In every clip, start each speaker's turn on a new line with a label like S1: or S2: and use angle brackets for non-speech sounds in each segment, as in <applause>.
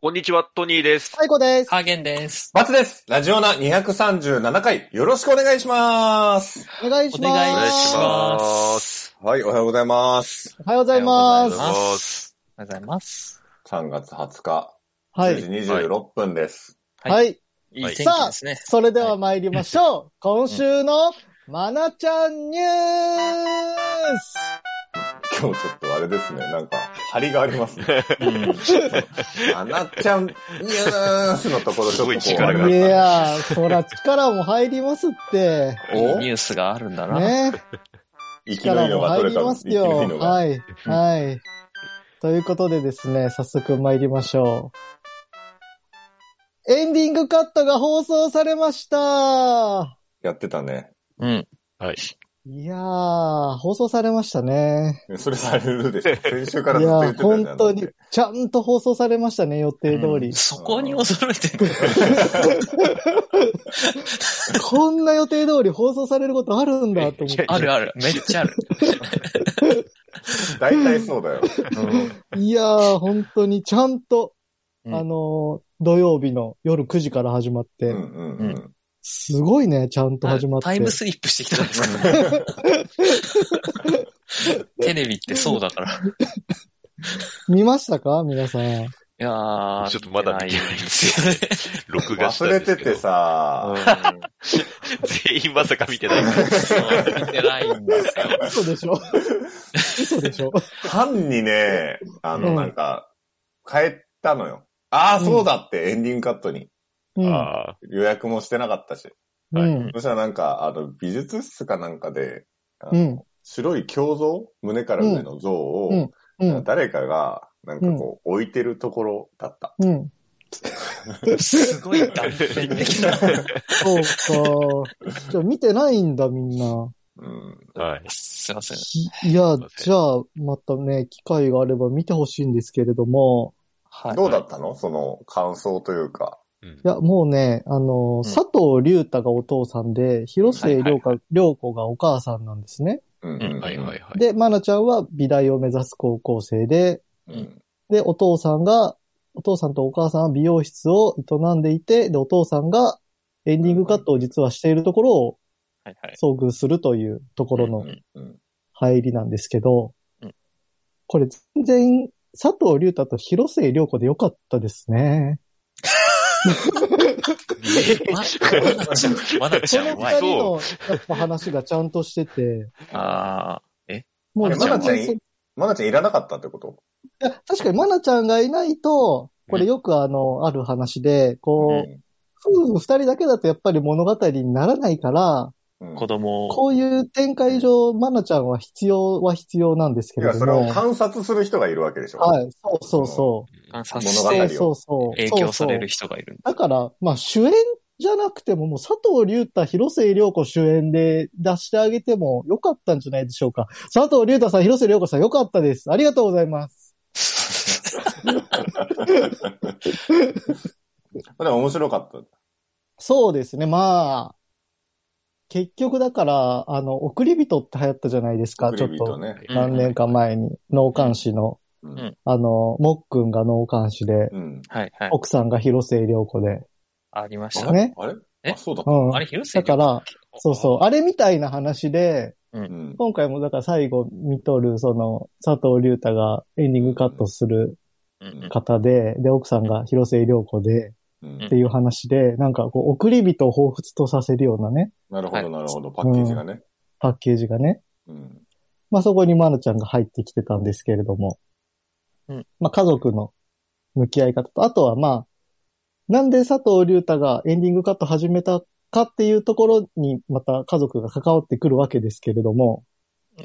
S1: こんにちは、トニーです。
S2: 最高です。
S3: ハーゲンです。
S4: バツです。ラジオナ237回、よろしくお願いします。
S2: お願いします。
S3: お願
S1: お願いし
S3: ま
S1: ます。
S4: はい、おはようございます。
S2: おはようございま
S1: お
S2: す。
S1: はようございます。
S3: ありがとうございます。
S4: 3月20日、
S2: は
S4: 10
S2: い。
S4: 時26分です。
S3: はい
S2: はい。
S3: いい
S1: はい
S3: 天気ですね。
S2: それでは参りましょう。今週の、まなちゃんニュース
S4: 今日ちょっとあれですね、なんか、張りがありますね。
S3: うん
S4: あなっちゃん、ニュースのところちょっとこう。
S1: すごい力があ
S2: い
S1: る
S2: やー、そら力も入りますって。
S3: いい
S4: お
S3: ニュースがあるんだな。
S2: ね。
S4: 生き
S2: 力
S4: のいいの
S2: も
S4: が
S2: 入
S4: 取れ
S2: り
S4: た。
S2: ますよ。
S4: 生きのいいのが。
S2: はい。はい。ということでですね、早速参りましょう。エンディングカットが放送されました。
S4: やってたね。
S3: うん。
S1: はい。
S2: いやー、放送されましたね。
S4: それされる <laughs> でしょ。先週から
S2: い
S4: ずっと言
S2: や本
S4: っ、てたじゃん。
S2: 当に、ちゃんと放送されましたね、予定通
S3: う
S2: り
S3: ん。そこに驚いてる。
S2: こんな予定通り放送されることあるんだと思って。
S3: <laughs> あるある。めっちゃある。
S4: 大体そうだよ。
S2: いやー、本当に、ちゃんと、
S3: うん
S2: あのー土曜日の夜9時から始まって、
S4: うんうんうん。
S2: すごいね、ちゃんと始まって。
S3: タイムスリップしてきたんです <laughs> かテレビってそうだから。い
S2: 見ましたか皆さん。
S3: やー。
S1: ちょっとまだ見てないんです
S3: よね。
S1: 録画した
S4: 忘
S1: んで
S4: れ
S1: す
S4: て
S1: けど
S4: て。さ、
S1: 全員まさか見てない。
S3: そう見てないんですよ。
S2: 嘘でしょ嘘でしょ
S4: 単にね、
S2: <laughs>
S4: あ
S2: う
S4: の、
S2: ん
S4: なんか、変えたのよ。ああ、そうだって、エンディングカットに。
S2: うん。
S1: あ
S4: 予約もしてなかったし。
S2: う
S1: はい
S2: ん。
S4: そしたらなんか、あの、美術室かなんかで、あ
S2: う
S4: の
S2: ん。
S4: 白い胸像胸から上の像を、
S2: うん。
S4: 誰かが、なんかこう、置いてるところだった。
S2: うん。
S3: すごい断片的な。
S2: そうか。じゃあ見てないんだ、みんな。
S4: うん。
S1: あ。はい。
S3: すいません。
S2: いや
S1: ま、せん
S2: じゃあ、またね、機会があれば見てほしいんですけれども、
S3: はい。
S4: どうだったのその、感想というか。
S1: うん
S2: いや、もうね、あの、
S3: ん
S2: 佐藤隆太がお父さんで、広末涼子涼子がお母さんなんですね。
S4: うんうんうん
S1: はいはいはい。
S2: で、まなちゃんは美大を目指す高校生で、
S4: うん
S2: で、お父さんが、お父さんとお母さんは美容室を営んでいて、で、お父さんがエンディングカットを実はしているところを
S3: はいはい。
S2: 遭遇するというところの
S3: うん
S2: 入りなんですけど
S3: うん、
S2: これ全然佐藤隆太と広末涼子でよかったですね。
S3: ままだちゃん、まだ
S2: こ
S3: ちゃ
S2: の
S3: ん、
S2: 二
S3: まい。
S2: 人のやっぱ話がちゃんとしてて、
S3: あ
S2: も
S4: あ
S2: う
S4: れ
S2: 全然
S4: まなちゃんい
S2: そうい
S4: まなちゃんいらなかったってこと
S2: や確かにまなちゃんがいないと、これよくあの、ある話で、こう、夫婦二人だけだとやっぱり物語にならないから、
S4: うん
S3: ー子供を。
S2: こういう展開上、まなちゃんは必要は必要なんですけ
S4: い
S2: れ
S4: や、
S2: ど
S4: それを
S2: も。
S4: 観察する人がいるわけでしょ。
S2: はい、そうそうそう。
S3: 観察
S4: 物
S3: し
S4: 語
S3: て
S4: を
S2: そうそう。
S3: 影響される人がいるんだ。
S2: だから、まあ主演じゃなくても、もう佐藤隆太、広末涼子主演で出してあげてもよかったんじゃないでしょうか。佐藤隆太さん、広末涼子さんよかったです。ありがとうございます。
S4: まあでも面白かった。
S2: そうですね、まあ、結局だから、あの、送り人って流行ったじゃないですか、ちょ
S4: 送
S2: っ
S4: り
S2: と
S4: 人。ね。
S3: うん
S2: 何年か前に、脳幹視の、
S4: うんん。
S2: あの、もっくんが脳幹視で、
S4: うん。
S3: はいはい。
S2: 奥さんが広末涼子で。
S3: ありまし
S4: あ
S3: た。
S2: ね
S3: ね、
S4: れあれ
S3: え
S4: あ、そうだった。
S2: うん
S3: あ。れ、広瀬。
S2: だから、そうそうう、あれみたいな話で、
S4: うん。
S2: 今回もだから最後見とる、その、佐藤隆太がエンディングカットする
S3: うんうん
S2: 方で、で、奥さんが広末涼子で、
S4: うん
S2: っていう話で、なんかこう、送り人を彷彿とさせるようなね、
S4: なるほ
S3: は
S4: ど、
S3: い
S4: なるほど。パッケージがね。
S2: パッケージがね。
S4: うん。
S2: まあそこにまなちゃんが入ってきてたんですけれども。
S3: うん
S2: まあ家族の向き合い方と、あとはまあ、なんで佐藤隆太がエンディングカット始めたかっていうところに、また家族が関わってくるわけですけれども。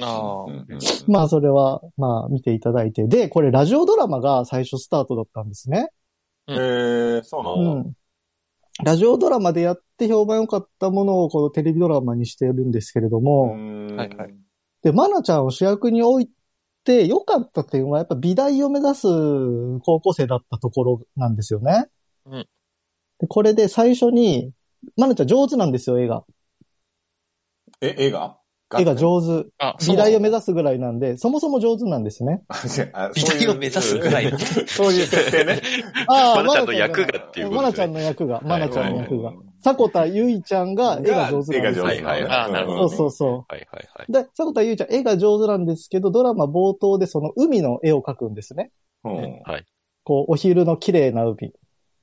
S3: あ
S4: うんうん
S2: まあ、それは、まあ、見ていただいて。で、これ、ラジオドラマが最初スタートだったんですね。
S3: うん
S4: えー、そうな
S2: うん
S4: だ。
S2: ん。ラジオドラマでやって評判良かったものを、このテレビドラマにしてるんですけれども、
S4: ん
S3: はいはい。
S2: で、まなちゃんを主役に置いて良かったっていうのは、やっぱ美大を目指す高校生だったところなんですよね。
S3: うん
S2: で、これで最初に、まなちゃん上手なんですよ、映画。
S4: え、映画
S2: 絵が上手。
S3: あ、そう
S2: 美大を目指すぐらいなんで、そもそも上手なんですね。
S3: 美大を目指すぐらいの。
S4: そういう設定ね。
S1: <laughs>
S2: あ
S1: マナちゃんの役がっていうこと
S2: マナ
S1: で
S2: ち
S1: す
S2: ゃ
S1: ね
S2: んの役が、マナちゃんの役が
S4: はい。
S2: 迫田ゆいちゃんが絵が上手な
S1: が上
S2: んです
S1: 手
S2: よ。
S1: はいはい
S3: あなるほ
S2: そ
S3: ど
S2: うそうそ。。
S1: はいはいはいう
S2: で、迫田ゆいちゃん絵が上手なんですけど、ドラマ冒頭でその海の絵を描くんですね。
S4: うん
S2: こう、お昼の綺麗な海。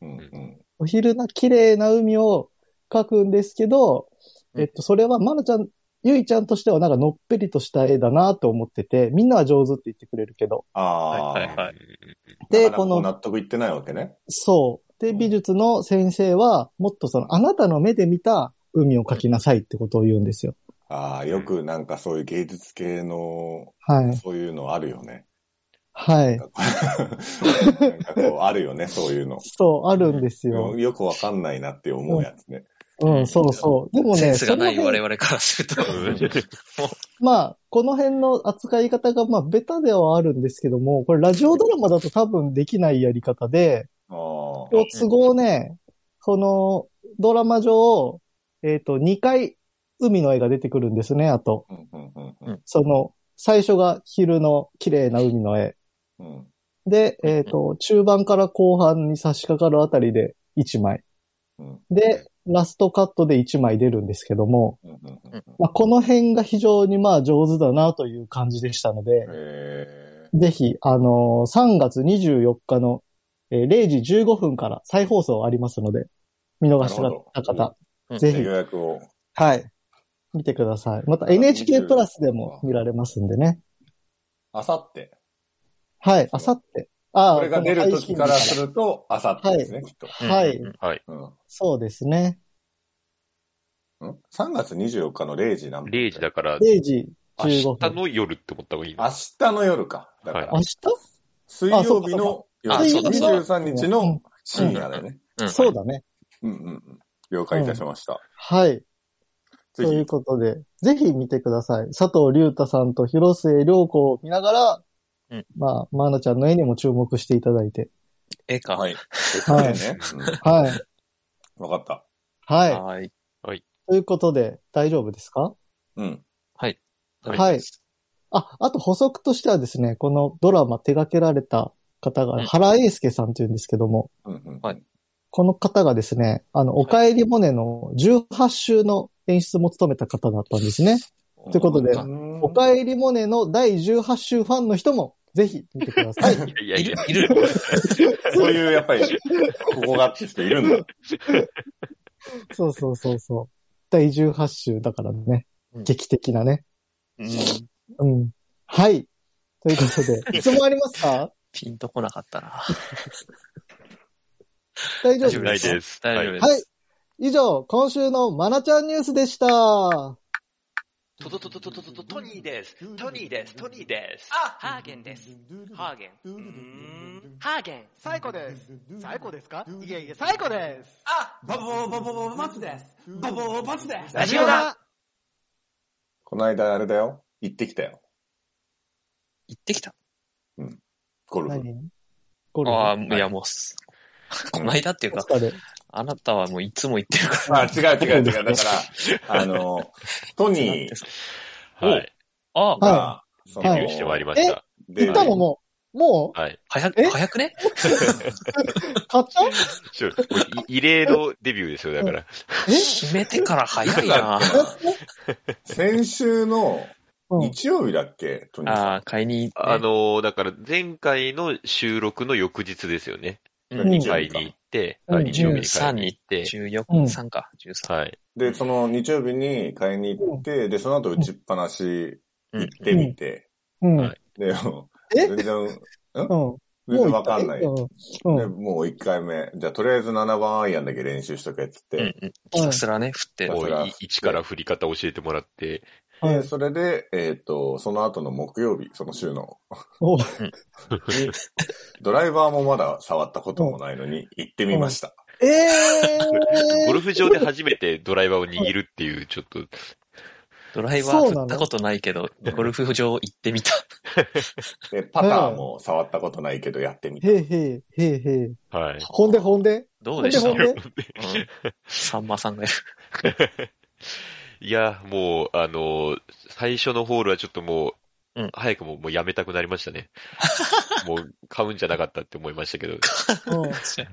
S4: うん
S2: お昼の綺麗な海を描くんですけど、
S4: うん
S2: えっと、それは、まなちゃん、ゆいちゃんとしてはなんかのっぺりとした絵だなと思ってて、みんなは上手って言ってくれるけど。
S4: あ
S3: はいはい
S4: あ。
S3: はい。
S2: で、
S4: で、
S2: こ
S4: こ
S2: の
S4: の。納得いってないわけね。
S2: そう。で、
S4: うん
S2: 美術の先生は、もっとその、あなたの目で見た海を描きなさいってことを言うんですよ。
S4: ああ、よくなんかそういう芸術系の、
S2: はい。
S4: そういうのあるよ
S2: <laughs>
S4: ね。
S2: はい
S4: な。んかなんかこう、あるよね、そういうの。
S2: そう、あるんですよ。
S4: よくわかんないなって思うやつね。
S2: うん、そうそう。でも
S3: セ
S2: ね、
S3: ンスがない
S2: その
S3: 我
S2: 辺
S3: 々からすると。
S2: まあ、この辺の扱い方が、まあ、ベタではあるんですけども、これラジオドラマだと多分できないやり方で、
S4: あ
S2: こう都合ね、このドラマ上、えっ、と、2回海の絵が出てくるんですね、あと。
S4: あ。うんうんうんうん
S2: その、最初が昼の綺麗な海の絵。
S4: うん
S2: で、えっ、と、中盤から後半に差し掛かるあたりで1枚。
S4: うん
S2: で、ラストカットで1枚出るんですけども、
S4: うんうんうん
S2: まあ、この辺が非常にまあ上手だなという感じでしたので、
S4: へ
S2: ぜひ、あのー3月24日の、えー0時15分から再放送ありますので、見逃した
S4: なるほど
S2: 方、
S3: うん
S2: ぜ
S4: え
S2: ひ
S4: 予、約を。
S2: はい、見てください。また
S4: あ
S2: NHK
S4: 20
S2: プラスでも見られますんでね。
S4: あさって。
S2: はい、あさって。あー
S4: これが出る時からすると、あさってですね、きっと。
S2: はい、
S1: はい。
S4: うん。ん
S2: そうですね。
S4: 3月24日の0時なん
S1: 0時だから、
S2: 0時
S1: 明
S2: 15
S1: 日
S2: 分。
S1: の夜って思った方がいい
S4: 明
S1: な。
S4: 日の夜か。だから、
S2: 明日
S4: 水曜日の夜。
S3: あそうかそうか
S4: 23日の深夜だね。
S2: そうだね。
S4: うんうんうん。了解いたしました。
S2: はい。
S4: ぜ
S2: と
S4: ひ
S2: いうことで、ぜひ見てください。佐藤隆太さんと広末涼子を見ながら、
S3: うん
S2: まあ、まなちゃんの絵にも注目していただいて。
S3: ええか。。
S4: はいい。ですね。うん
S2: はい。
S4: わかった。
S2: はい。
S3: はい。
S2: ということで、大丈夫ですか
S4: うん。
S2: はい。あ、あと補足としてはですね、このドラマ手掛けられた方
S3: う
S2: が、
S3: ん
S2: 原英介さんというんですけども、
S4: うんうん
S3: はい。
S2: この方がですね、あの、おかえりモネの18週の演出も務めた方だったんですね。ということで
S4: うん
S2: おかえりモネの第18週ファンの人も、ぜひ見てください。
S1: いやいやいや、
S3: いる
S4: そういう、やっぱり、ここがって人いるんだ。
S2: そうそうそうそう。第18週だからね、
S3: うん
S2: 劇的なね。
S3: うん
S2: うん。はい。ということで、質問ありますか
S3: ピンとこなかったな。
S2: 大
S1: 大
S2: 丈夫
S1: 丈夫
S2: で
S1: です
S2: か
S1: す。
S3: 大丈
S1: は
S3: 夫で
S1: い
S3: す。
S2: はい。以上、今週のまなちゃんニュースでした。は
S5: トトトトトトトトトニーです。トニーです。トニーです。あ、ハーゲンです。ハーゲン。うーんハーゲン。
S6: 最高です。最高ですかいえいえ、最高です。
S7: あバボーバボーバボーバツですバボーバツです
S5: ラジオだ
S4: この間、あれだよ。行ってきたよ。
S3: 行ってきた。
S4: ゴルフ。
S2: 何ゴルフ。
S3: ああ、いやもうす、この間っていう
S2: お
S3: か、
S2: 疲れ。
S3: あなたはもういつも行ってるか
S4: あ、違う違う違う。だ
S5: <laughs>
S4: から、あの、ト
S3: ら。なん
S4: ニ
S3: で
S4: ー
S3: すか
S1: はい。
S3: ああ、
S4: が、そ
S2: はい
S1: 入手してまいりました。
S4: で
S2: 行ったのもう、も
S1: はい。
S3: 早
S2: え
S3: く、早くね
S2: う、買った
S1: ちょこれい異例のデビューですよ、だから。
S3: 決めてから早
S2: <laughs>
S3: いな。
S4: 先週の
S2: うん。
S4: 日曜日だっけ、トニー
S3: あ
S4: さ
S3: あ、買いに行
S1: あ
S3: って。
S1: のー、だから前回の収録の翌日ですよね。
S4: ん。
S3: うん
S4: 日曜
S1: 買い
S4: 日か
S1: に行って、
S2: うん
S1: はい日曜日に買
S3: 13
S1: いに行って、
S3: 14
S2: うん
S3: 3か、13。
S1: はい。
S4: で、その日曜日に買いに行って、で、その後打ちっぱなし行ってみて、
S2: うん。う
S1: は
S2: ん
S1: い。
S4: で、もう
S2: え
S4: 全然、
S2: もう
S4: 全
S2: 行
S4: 然
S2: った
S4: わかんない。
S2: う
S4: で、
S2: ん。うん。
S4: もう一回目、じゃあとりあえず7番アイアンだけ練習しとけっつっ
S3: うんう
S4: て、
S3: ん。ひたすらね、振って。
S1: もう
S4: そ
S1: い
S4: ら
S1: 一から振り方教えてもらって、
S2: うん
S4: で、それで、えっ、と、その後の木曜日、その週の、
S2: お
S4: <laughs> ドライバーもまだ触ったこともないのに行ってみました。
S2: ええ
S1: <laughs> ゴ
S2: ー
S1: ルフ場で初めてドライバーを握るっていう、ちょっと、
S3: ドライバ
S2: そうな
S3: ー
S2: の
S3: 振ったことないけど、 <laughs> ゴルフ場行ってみた。
S4: で、パターも触ったことないけどやってみた。
S2: へいへい、へいへい。
S1: はい。
S2: ほんでほんで
S3: <laughs> どうでした
S2: ほんでほんで
S3: うんさんまさんがいる。
S1: いや、もう、あのー最初のホールはちょっともう、
S3: うん
S1: 早くももうやめたくなりましたね。もう買うんじゃなかったって思いましたけど。
S2: うん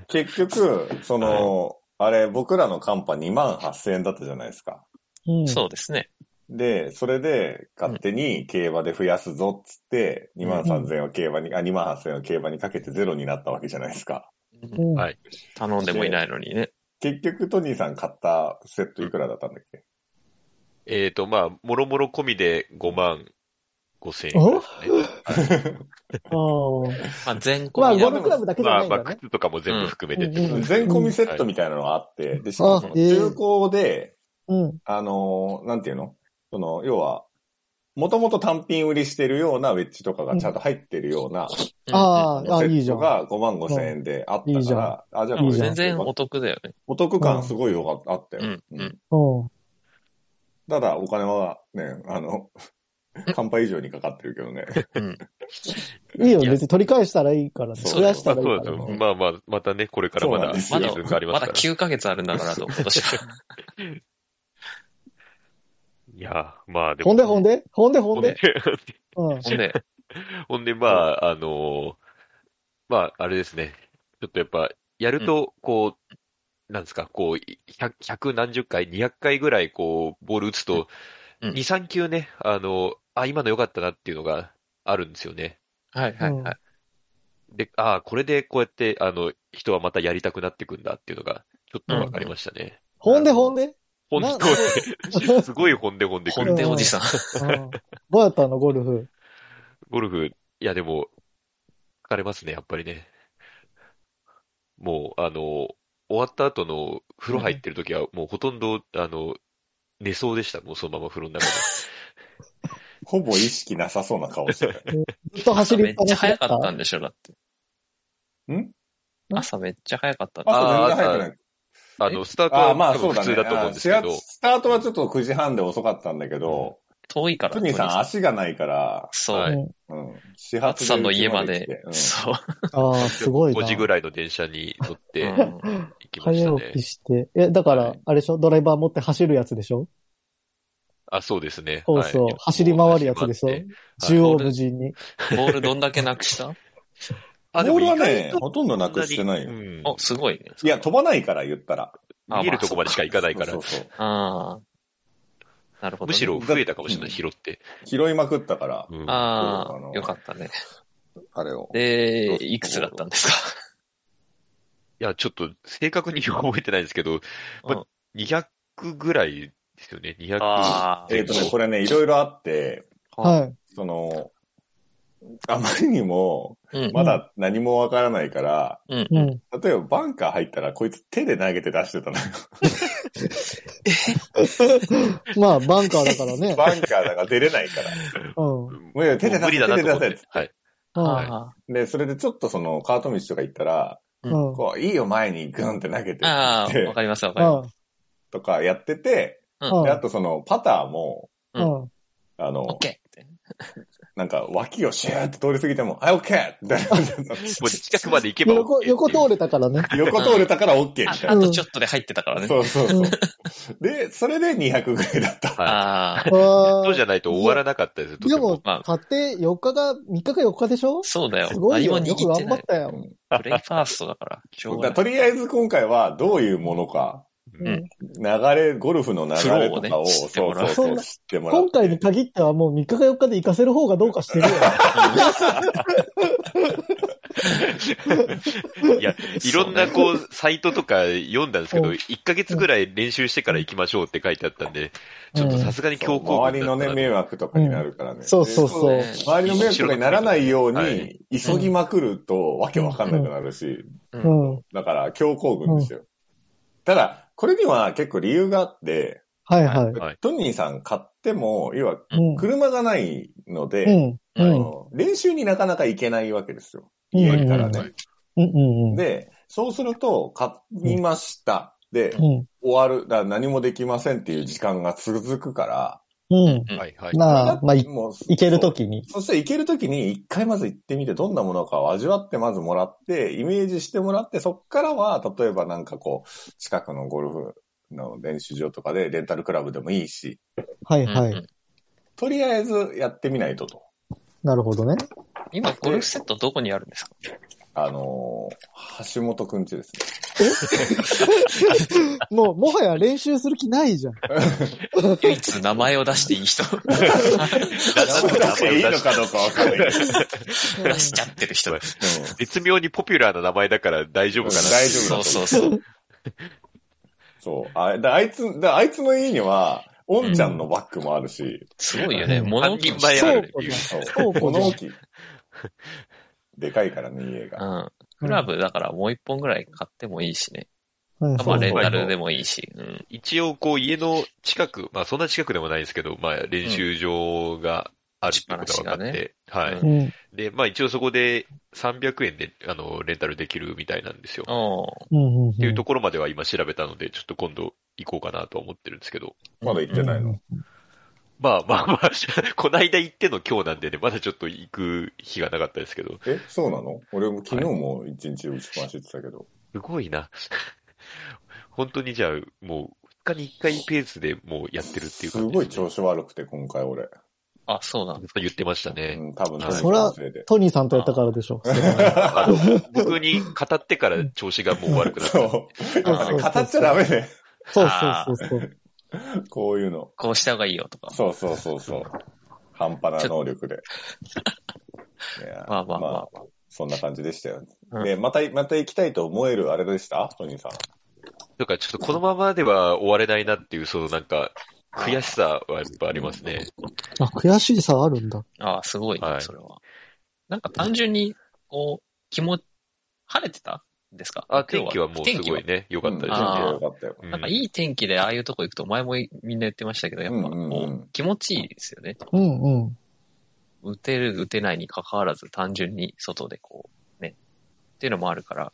S4: 結局、その、あれ、僕らのカンパ2万8000円だったじゃないですか。
S2: うん。
S3: そうですね。
S4: で、それで、勝手に競馬で増やすぞっつって、2万3000円を競馬に、あ、2万8000円を競馬にかけてゼロになったわけじゃないですか。
S2: うん。
S1: はい
S3: 頼んでもいないのにね。
S4: 結局、トニーさん買ったセットいくらだったんだっけ
S1: えっ、と、まあ、もろもろ込みで5万5千円
S2: お
S1: ですね。
S2: あー
S3: まあ、全
S2: まあ、
S3: 国
S2: ゴ
S3: に、
S2: ルフクラブだけじゃ
S1: ま
S2: な
S1: あ、
S2: いん
S1: ま
S2: だ
S1: あ、
S2: ね。
S1: 靴とかも全部含めてってこと
S2: うん
S4: 全込みセットみたいなのがあって、で、しかもそ
S2: あ
S4: の
S2: ええ
S4: 中古で、
S2: うん。
S4: あのーなんていうのその、要は、もともと単品売りしてるようなウェッジとかがちゃんと入ってるような、
S2: あ
S4: セ
S2: あ、あいい
S4: ッ
S2: じゃ
S4: ト
S2: ん。
S4: が5万5千円であった
S2: いいじゃ
S4: か
S2: ん
S4: ら、あ、じゃあ
S3: う
S4: こ
S3: ん
S4: れ
S3: 全然お得だよね。
S4: お得感すごいよかったあったよ。
S3: うんうん
S2: うん。
S4: ただ、お金はね、あ
S1: <laughs>
S4: の、乾杯以上にかかってるけどね。 <laughs>
S2: いいよ、
S3: いや
S2: 別に取り返したらいいからね。
S3: そう
S2: 増やした
S1: まあ、
S2: ら
S1: そ
S2: いういか
S1: です
S2: ら
S1: よ
S2: ね。
S1: まあまあ、またね、これからま
S4: そうなん
S1: だ
S4: で
S1: シ
S4: すよ
S1: ーズンがありま
S3: ます
S1: か
S3: だ
S1: ら。
S3: 9ヶ月あるん
S2: <laughs>
S3: だからと、今年は。
S1: いや、まあでも。
S2: ほんでほんでほんでほ
S1: ほ
S2: ん
S1: んで <laughs>
S2: で。うん。
S3: ほんで、
S1: ほんで、まあ、あのーまあ、あれですね。ちょっとやっぱ、やると、こう、なんですか、こう、100、100何十回、200回ぐらい、こう、ボール打つと、
S3: うん
S1: 2、3球ね、あの、あ、今の良かったなっていうのがあるんですよね。
S3: はいはいはい。
S1: で、ああ、これでこうやって、あの、人はまたやりたくなってくんだっていうのが、ちょっとわかりましたね。
S2: ほんでほんで
S1: ほん
S2: な
S1: で、すごいほんでほんでく
S3: ほ
S1: る
S3: ん。でおじさん。
S2: うんどうやったのゴルフ。
S1: ゴルフ、いやでも、疲れますね、やっぱりね。もう、あの、終わった後の風呂入ってる時は、もうほとんど、あの、寝そうでした、もうそのまま風呂の中で。
S4: ほぼ意識なさそうな顔して
S1: <laughs>
S4: たよ。
S2: ずっと走
S3: め
S2: り
S3: っ
S2: っぱ
S3: ちゃ
S2: なしだ
S3: 早
S2: った。
S3: かったんでしょ、だって。
S4: ん
S3: 朝めっちゃ早かったんだ。
S4: 朝全然早くない。
S1: あの、スタート
S4: あ
S1: は
S4: あ、まあ
S1: 多
S4: そ
S1: 分
S4: う
S1: 普
S4: だね。
S1: 通だと思うんですけ
S4: あ
S1: ど
S4: ス、タートはちょっと9時半で遅かったんだけど、
S3: 遠いから。
S4: トニーさん足がないから、
S3: そう。
S1: はい
S2: うん
S4: うん。始
S3: 松
S4: 発
S3: さんの
S4: で
S3: 家ま
S4: 来て
S3: で
S4: う。ん
S3: そう。
S2: ああ、すごいな。
S1: 5時ぐらいの電車に乗って
S3: うん
S1: 行きました
S2: 早
S1: ね
S2: 起。きして。え、だから、
S1: はい
S2: あれでしょドライバー持って走るやつでしょ
S1: あ、そうですね。
S2: そう
S1: はい
S2: そう、走り回るやつでしょ
S1: 走り回って
S2: 縦横無尽に。
S3: ボールどんだけな
S1: <laughs>
S3: くした
S1: あ、で
S4: ボ
S1: も
S4: ールは
S1: 意
S4: ね
S1: 外、と、
S4: ほとんどなくしてないよ。
S1: うん
S3: お、すごいね。
S4: いや、飛ばないから言ったら。
S3: あ
S1: 見えるとこまでしか行かないから
S4: そう、そうそう
S3: ああ。なるほどね。
S1: むしろ増えたかもしれない、
S4: うん
S1: 拾って。
S4: 拾いまくったから、
S1: うん
S3: あ
S4: そうあ
S3: あ、
S4: の
S3: よかったね。
S4: あれを。
S3: で、いくつだったんですか
S1: いや、ちょっと正確には覚えてないですけど、
S3: う
S1: ま
S3: ん
S1: あ、200ぐらいですよね、200。
S3: ああ。
S4: えっ、とね、これね、いろいろあって、
S2: はいい。
S4: その、あまりにも、
S3: うん。
S4: まだ何もわからないから、
S3: うん
S2: う
S3: うん
S2: ん。
S4: 例えばバンカー入ったら、こいつ手で投げて出してたのよ。
S2: まあ、バンカーだからね。
S4: バンカーだから出れな
S1: <laughs>
S4: いから。
S2: うん。
S4: もういや手で
S1: 無
S4: 出せ、
S1: 理だな
S4: 手で
S1: と思っ
S4: 出
S1: て
S4: せ。。
S1: はい。
S2: うん
S3: あ
S4: で、それでちょっとその、カート道とか行ったら、
S2: うん。
S4: こう、いいよ前にグンって投げて
S3: あ、、ああ、わかりますわかります。
S4: とかやってて、
S2: うん
S4: で、あとその、パターも、
S2: うん。うん。
S4: あ
S3: オッ
S4: の、
S3: ケーって。
S4: なんか脇をシューって通り過ぎても、はい、オッケーみたいな感じなの。
S1: <laughs> もう近くまで行けば OK
S2: 横、横通れたからね。。
S4: 横通れたから OK みたいな。
S3: ああとちょっとで入ってたからね。
S4: そうそうそううんで、それで200ぐらいだった。
S1: は
S3: あ
S2: <laughs>
S3: あ、
S1: い。そうじゃ
S2: あ
S1: ないと終わらなかったです、と
S2: で
S1: て
S2: も
S1: も。、
S3: まあ
S2: 買って4日が、3日か4日でしょす
S3: そうだよ。
S2: ごい
S3: 何も
S2: よ。
S3: 握
S2: よく
S3: っ
S2: 頑
S3: て
S2: 張
S3: な
S2: っ
S3: い。
S2: たよ。
S3: プレイファーストだから。しょうが
S4: だ
S3: ない。
S4: とりあえず今回はどういうもの
S1: うん
S4: か、
S2: うん
S4: 流れ、ゴルフの流れと
S3: フロ
S4: か
S3: ーを
S4: を、
S3: ね知って
S4: そ
S3: も
S4: う
S3: ら
S4: そううそう、知ってもらって。
S2: 今回に限ってはもう3日か4日で行かせる方がどうかしてるよ。
S1: いや、いろんなこう、サイトとか読んだんですけ
S2: う
S1: ど、
S2: ん
S1: 1ヶ月ぐらい練習してから行きましょうって書いてあったんで、ちょっとさすがに
S4: そ
S1: 強
S4: う
S1: 行
S4: 周りのね、迷惑とかになるからね。
S2: そうそう
S4: で
S2: そう。
S3: ね
S4: 周りの迷惑とかにならないよう
S1: は
S4: に
S1: い、
S4: 急ぎまくると、わけわかんなくなるし、
S2: うん。
S4: だから、強行軍ですよ。ただ、これには結構理由があって、
S2: はいはい。
S1: はい。
S4: トニーさん買っても、要は、
S2: うん。
S4: 車がないので、
S2: うん。う
S4: あ
S2: ん。
S4: の練習になかなか行けないわけですよ。
S2: うん
S4: 家からね。
S2: うん。うん。うん。
S4: で、そうすると、買いました。で、
S2: うん。
S4: 終わる。だから何もできませんっていう時間が続くから。
S2: うん。
S1: はい、はい。
S2: まあ、まあ、い
S4: もう
S2: 行けると。きに。
S4: そうそして行けるときに、一回まず行ってみて、どんなものかを味わってまずもらって、イメージしてもらって、そっからは、例えばなんかこう、近くのゴルフの練習場とかで、レンタルクラブでもいいし、
S2: はい
S3: うん
S2: は
S3: う
S2: い。
S3: ん
S4: とりあえずやってみないとと。
S2: なるほどね。
S3: 今、ゴルフセットどこにあるんですか
S4: あのー橋本くんちですね。
S2: もう、もはや練習する気ないじゃん。
S3: 唯一名前を出していい人。
S4: 出 <laughs> していいのかどうかわかんないけど。
S3: 出しちゃってる人。
S1: 絶妙にポピュラーな名前だから大丈
S4: うん
S1: 夫かな。
S4: 大丈夫だと
S3: そ
S4: 思
S3: う
S4: う
S3: そうそう。
S4: そう。あだあいつ、だあいつの家には、おんちゃんのバッグもあるし、
S3: すごいよね。物置
S1: 半人前ある
S2: そう
S4: そう
S2: そうか
S4: 物置。でかいからね、家
S3: う
S4: が。
S3: ん。クラブだからもう一本ぐらい買ってもいいしね。
S2: はい
S3: まあ、
S2: は
S3: レ
S2: い
S3: ンタルでもいいし。うん。
S1: 一応、こう、家の近く、まあ、そんな近くでもないですけど、まあ、練習場があるってことが分かって、は
S3: う
S1: い。
S2: うん。
S1: で、まあ、一応そこで300円で、あの、レンタルできるみたいなんですよ。っ
S3: お
S2: うん。ん
S1: ていうところまでは今調べたので、ちょっと今度行こうかなとは思ってるんですけど。
S4: まだ行ってないの。
S1: まあまあまあ、こないだ行っての今日なんでね、まだちょっと行く日がなかったですけど。
S4: え、そうなの俺も昨日も一日打ちっぱなし行ってたけど。
S1: すごいな。本当にじゃあ、もう、2日に1回ペースでもうやってるっていう
S4: す
S1: 感じ
S4: ごい
S1: ですね
S4: 調子悪くて、今回俺。
S3: あ、そうなんだ。
S1: 言ってましたね。
S4: うん、多分、
S1: はい
S2: そら
S4: せいで。
S2: トニーさんとやったからでしょ。
S1: あの、僕に語ってから調子がもう悪くなった。
S4: そう。
S3: あ
S4: なんかね語っちゃダメね。
S2: そうそうそうそう。
S4: こういうの。
S3: こうした方がいいよとか。
S4: そうそうそうそう。半端な能力で。いや
S3: まあまあまあ
S4: そんな感じでしたよ、ね
S3: うん
S4: で、また、また行きたいと思えるあれでしたトニーさん。
S1: だからちょっとこのままでは終われないなっていう、そのなんか、悔しさはやっぱありますね。
S2: あ、悔しいさあるんだ。
S3: ああ、すごいね、
S1: はい
S3: それは。なんか単純に、こう、気持ち、晴れてたんですか
S1: あ、天気はもうす
S3: 天気
S1: ご
S3: はい
S1: ね、良かったで
S4: よ
S1: す
S3: ねあー
S4: よかったよ。
S1: ね。
S3: なんかいい天気でああいうとこ行くと前もみんな言ってましたけど、やっぱ
S4: うんうんう
S3: こ
S4: ん
S3: う気持ちいいですよね。
S2: うんうん。
S3: 打てる、打てないに関わらず単純に外でこう、ね。っていうのもあるから、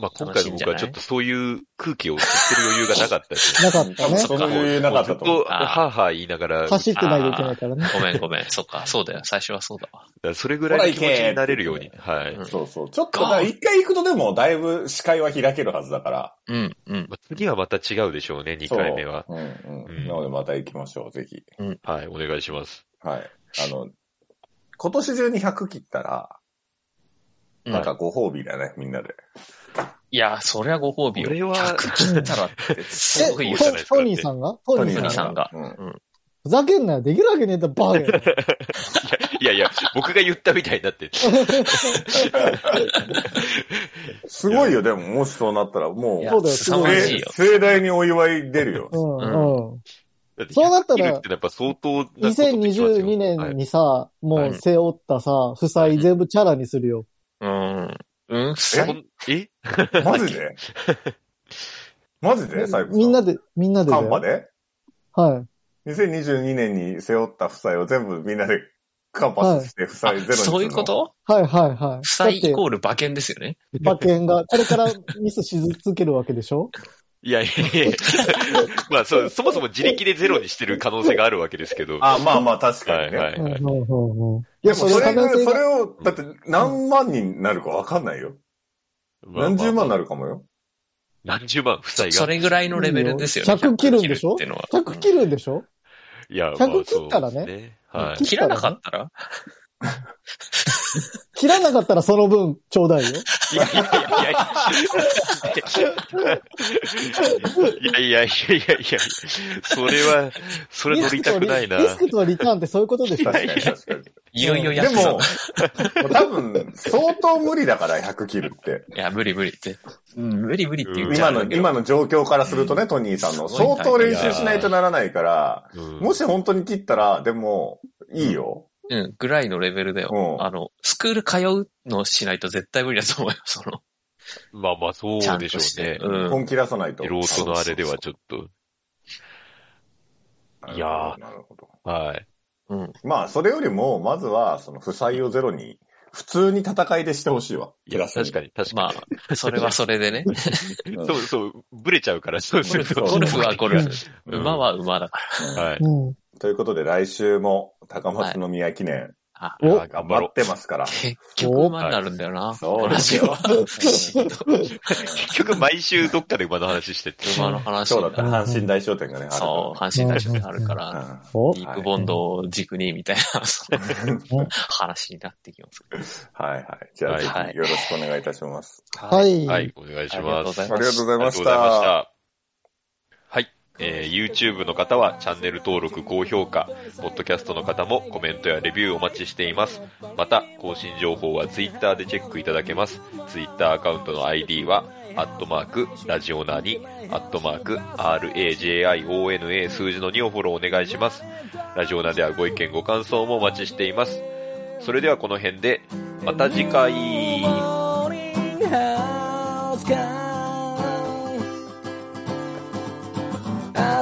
S1: まあ今回の僕はちょっとそういう空気を吸ってる余裕がなかった
S2: <laughs>
S1: ですね。
S2: なかった
S4: 多分
S2: ね。
S4: その余裕なかったと思
S1: ず
S4: う
S1: っ。と、はあはあ言いながら、
S2: 走ってないといけないからね。
S3: ごめんごめん。そっか、そうだよ。最初はそうだわ。
S1: それぐらいの気持ちになれるように。はい。
S3: うん
S4: そうそう。ちょっと、だから一回行くとでも、だいぶ視界は開けるはずだから。
S3: うん、うん。
S1: まあ次はまた違うでしょうね、2
S4: そう
S1: 回目は。。
S4: うんう
S1: うん
S4: ん。なのでまた行きましょう、ぜひ。
S1: はい、お願いします。
S4: はい。あの、今年中に100切ったら、
S3: うん
S4: なんかご褒美だね、みんなで。
S3: いや、そりゃご褒美よ。
S1: これは
S3: 100切ったらって、す
S2: え、
S3: ごい
S1: 言
S3: よ
S1: うじゃないです
S2: ト
S1: か
S2: トニーさんがトニーさん
S3: トニーさんが
S4: うん。
S2: ふざけんなよ。できるわけねえんだ、バーゲン。
S1: いやいや、僕が言ったみたいになって。
S4: すごいよ、でも、もしそうなったら、も
S3: いうや
S2: <laughs> そうだよ
S3: 凄まじいよ。
S4: 盛大にお祝い出るよ。
S2: うんうん。
S1: だって
S2: そうなったら
S1: 生きるってやっぱ相当なことってきますよ
S2: 2022
S1: はい
S2: 年にさ、もう背負ったさ、負債全部チャラにするよ。
S3: うん。うん、
S1: そんえ
S4: マジでマジで最後。
S2: みんなで、みんなでだ
S4: カ
S2: よ。
S4: ンパで
S2: はい。
S4: ?2022 年に背負った負債を全部みんなでカンパして負債ゼロにするの
S3: そういうこと
S2: はいはいはい。
S3: 負債イ
S2: だっ
S3: コール馬券ですよね。
S2: て、馬券が、これからミスし続けるわけでしょ
S1: いやいやいやまあそう、そもそも自力でゼロにしてる可能性があるわけですけど。
S4: あ、まあまあ確かにね。
S1: はいは
S2: うんうん
S1: い。
S2: うんうん。い
S4: で
S2: や、
S4: も
S2: そ
S4: そ
S2: れ
S4: れ
S2: 可能性
S4: そ
S2: が。
S4: れを、だって何万人になるかわかんないよ。
S1: まあ
S4: 何十万にな
S1: る
S4: るかもよ。
S1: 何十万、負債
S3: そ
S1: が。
S3: れぐらいのレベルですよね。
S2: 100切るんでしょ
S3: 100切るっていうのは
S2: 100切るんでしょ
S1: いや、まあ
S2: 100切ったらね
S1: そうですね。は
S2: 切
S1: い。
S2: っ
S3: 切らなかったら
S2: 切らなかったらその分ちょうだいよ。
S1: いやいやいやいやいや。いやいやいやいやいや。それは、それ乗りたくないな。
S2: リスクとリリスクとリターンってそういうことでしょ
S4: 確かに確かに。
S3: いよいよや
S4: で
S3: ってた
S4: も、もう多分、相当無理だから、100切るって。
S3: いや、無理無理って。うん、無理無理って言っちゃ
S4: 今
S3: う
S4: の
S3: んだ、けど。
S4: 今の状況からするとね、トニーさんの。
S3: すごい
S4: 相
S3: 大変
S4: 当練習しないとならないから、
S1: うん
S4: もし本当に切ったら、でも、いいよ。
S3: うん、ぐらいのレベルだよ。
S4: うん
S3: あの、スクール通うのしないと絶対無理だと思います。その、
S1: まあまあ、そう
S3: ちゃん
S1: で
S3: と
S1: しょ
S3: して。
S1: うね。
S3: うん。
S4: 本気出さないと。
S1: ロートのあれではちょっと。いやー
S4: なるほど。
S1: はい。
S4: まあ、それよりも、まずは、その、負債をゼロに、普通に戦いでしてほしいわ。
S1: いや、確かに、確か
S3: まあ、そ
S1: <laughs>
S3: れはそれでね。
S4: に。
S1: に。そうそう、ブレちゃうから、そうすると。
S3: ゴルフはゴルフ。
S1: うん
S3: 馬は馬だか
S1: はい。
S2: うん。
S4: ということで、来週も、高松宮記念、
S3: ら。あ
S8: お
S1: あ頑
S4: 頑
S1: 張
S4: 張っ
S1: ろ
S4: てますから。
S3: 結局馬になるんだよな。
S4: そうですよ。
S3: 話は。
S1: う。結局毎週どっかで馬の話してって。
S3: 馬の話
S4: そうだ
S3: に
S4: った。
S3: なる。
S4: 阪神大商店がね、あるから
S3: <laughs> そう、阪神大賞にあるから、
S8: お
S3: ディープボンドを軸にみたいな、その話になってきますけど。
S4: はいはい。じゃあ、ぜ
S3: はい
S4: ひよろしくお願いいたします。
S8: は。い。
S1: はい、お願いします。
S3: あり
S4: ありがとうございま
S1: あり
S4: し。
S1: がとうございましたた。はい。えー YouTube の方はチャンネル登録、高評価、Podcast の方もコメントやレビューお待ちしています。また、更新情報は Twitter でチェックいただけます。Twitter アカウントの ID は、アットマーク、ラジオナーに、アットマーク、RAJIONA 数字の2をフォローお願いします。ラジオナではご意見、ご感想もお待ちしています。それではこの辺で、また次回。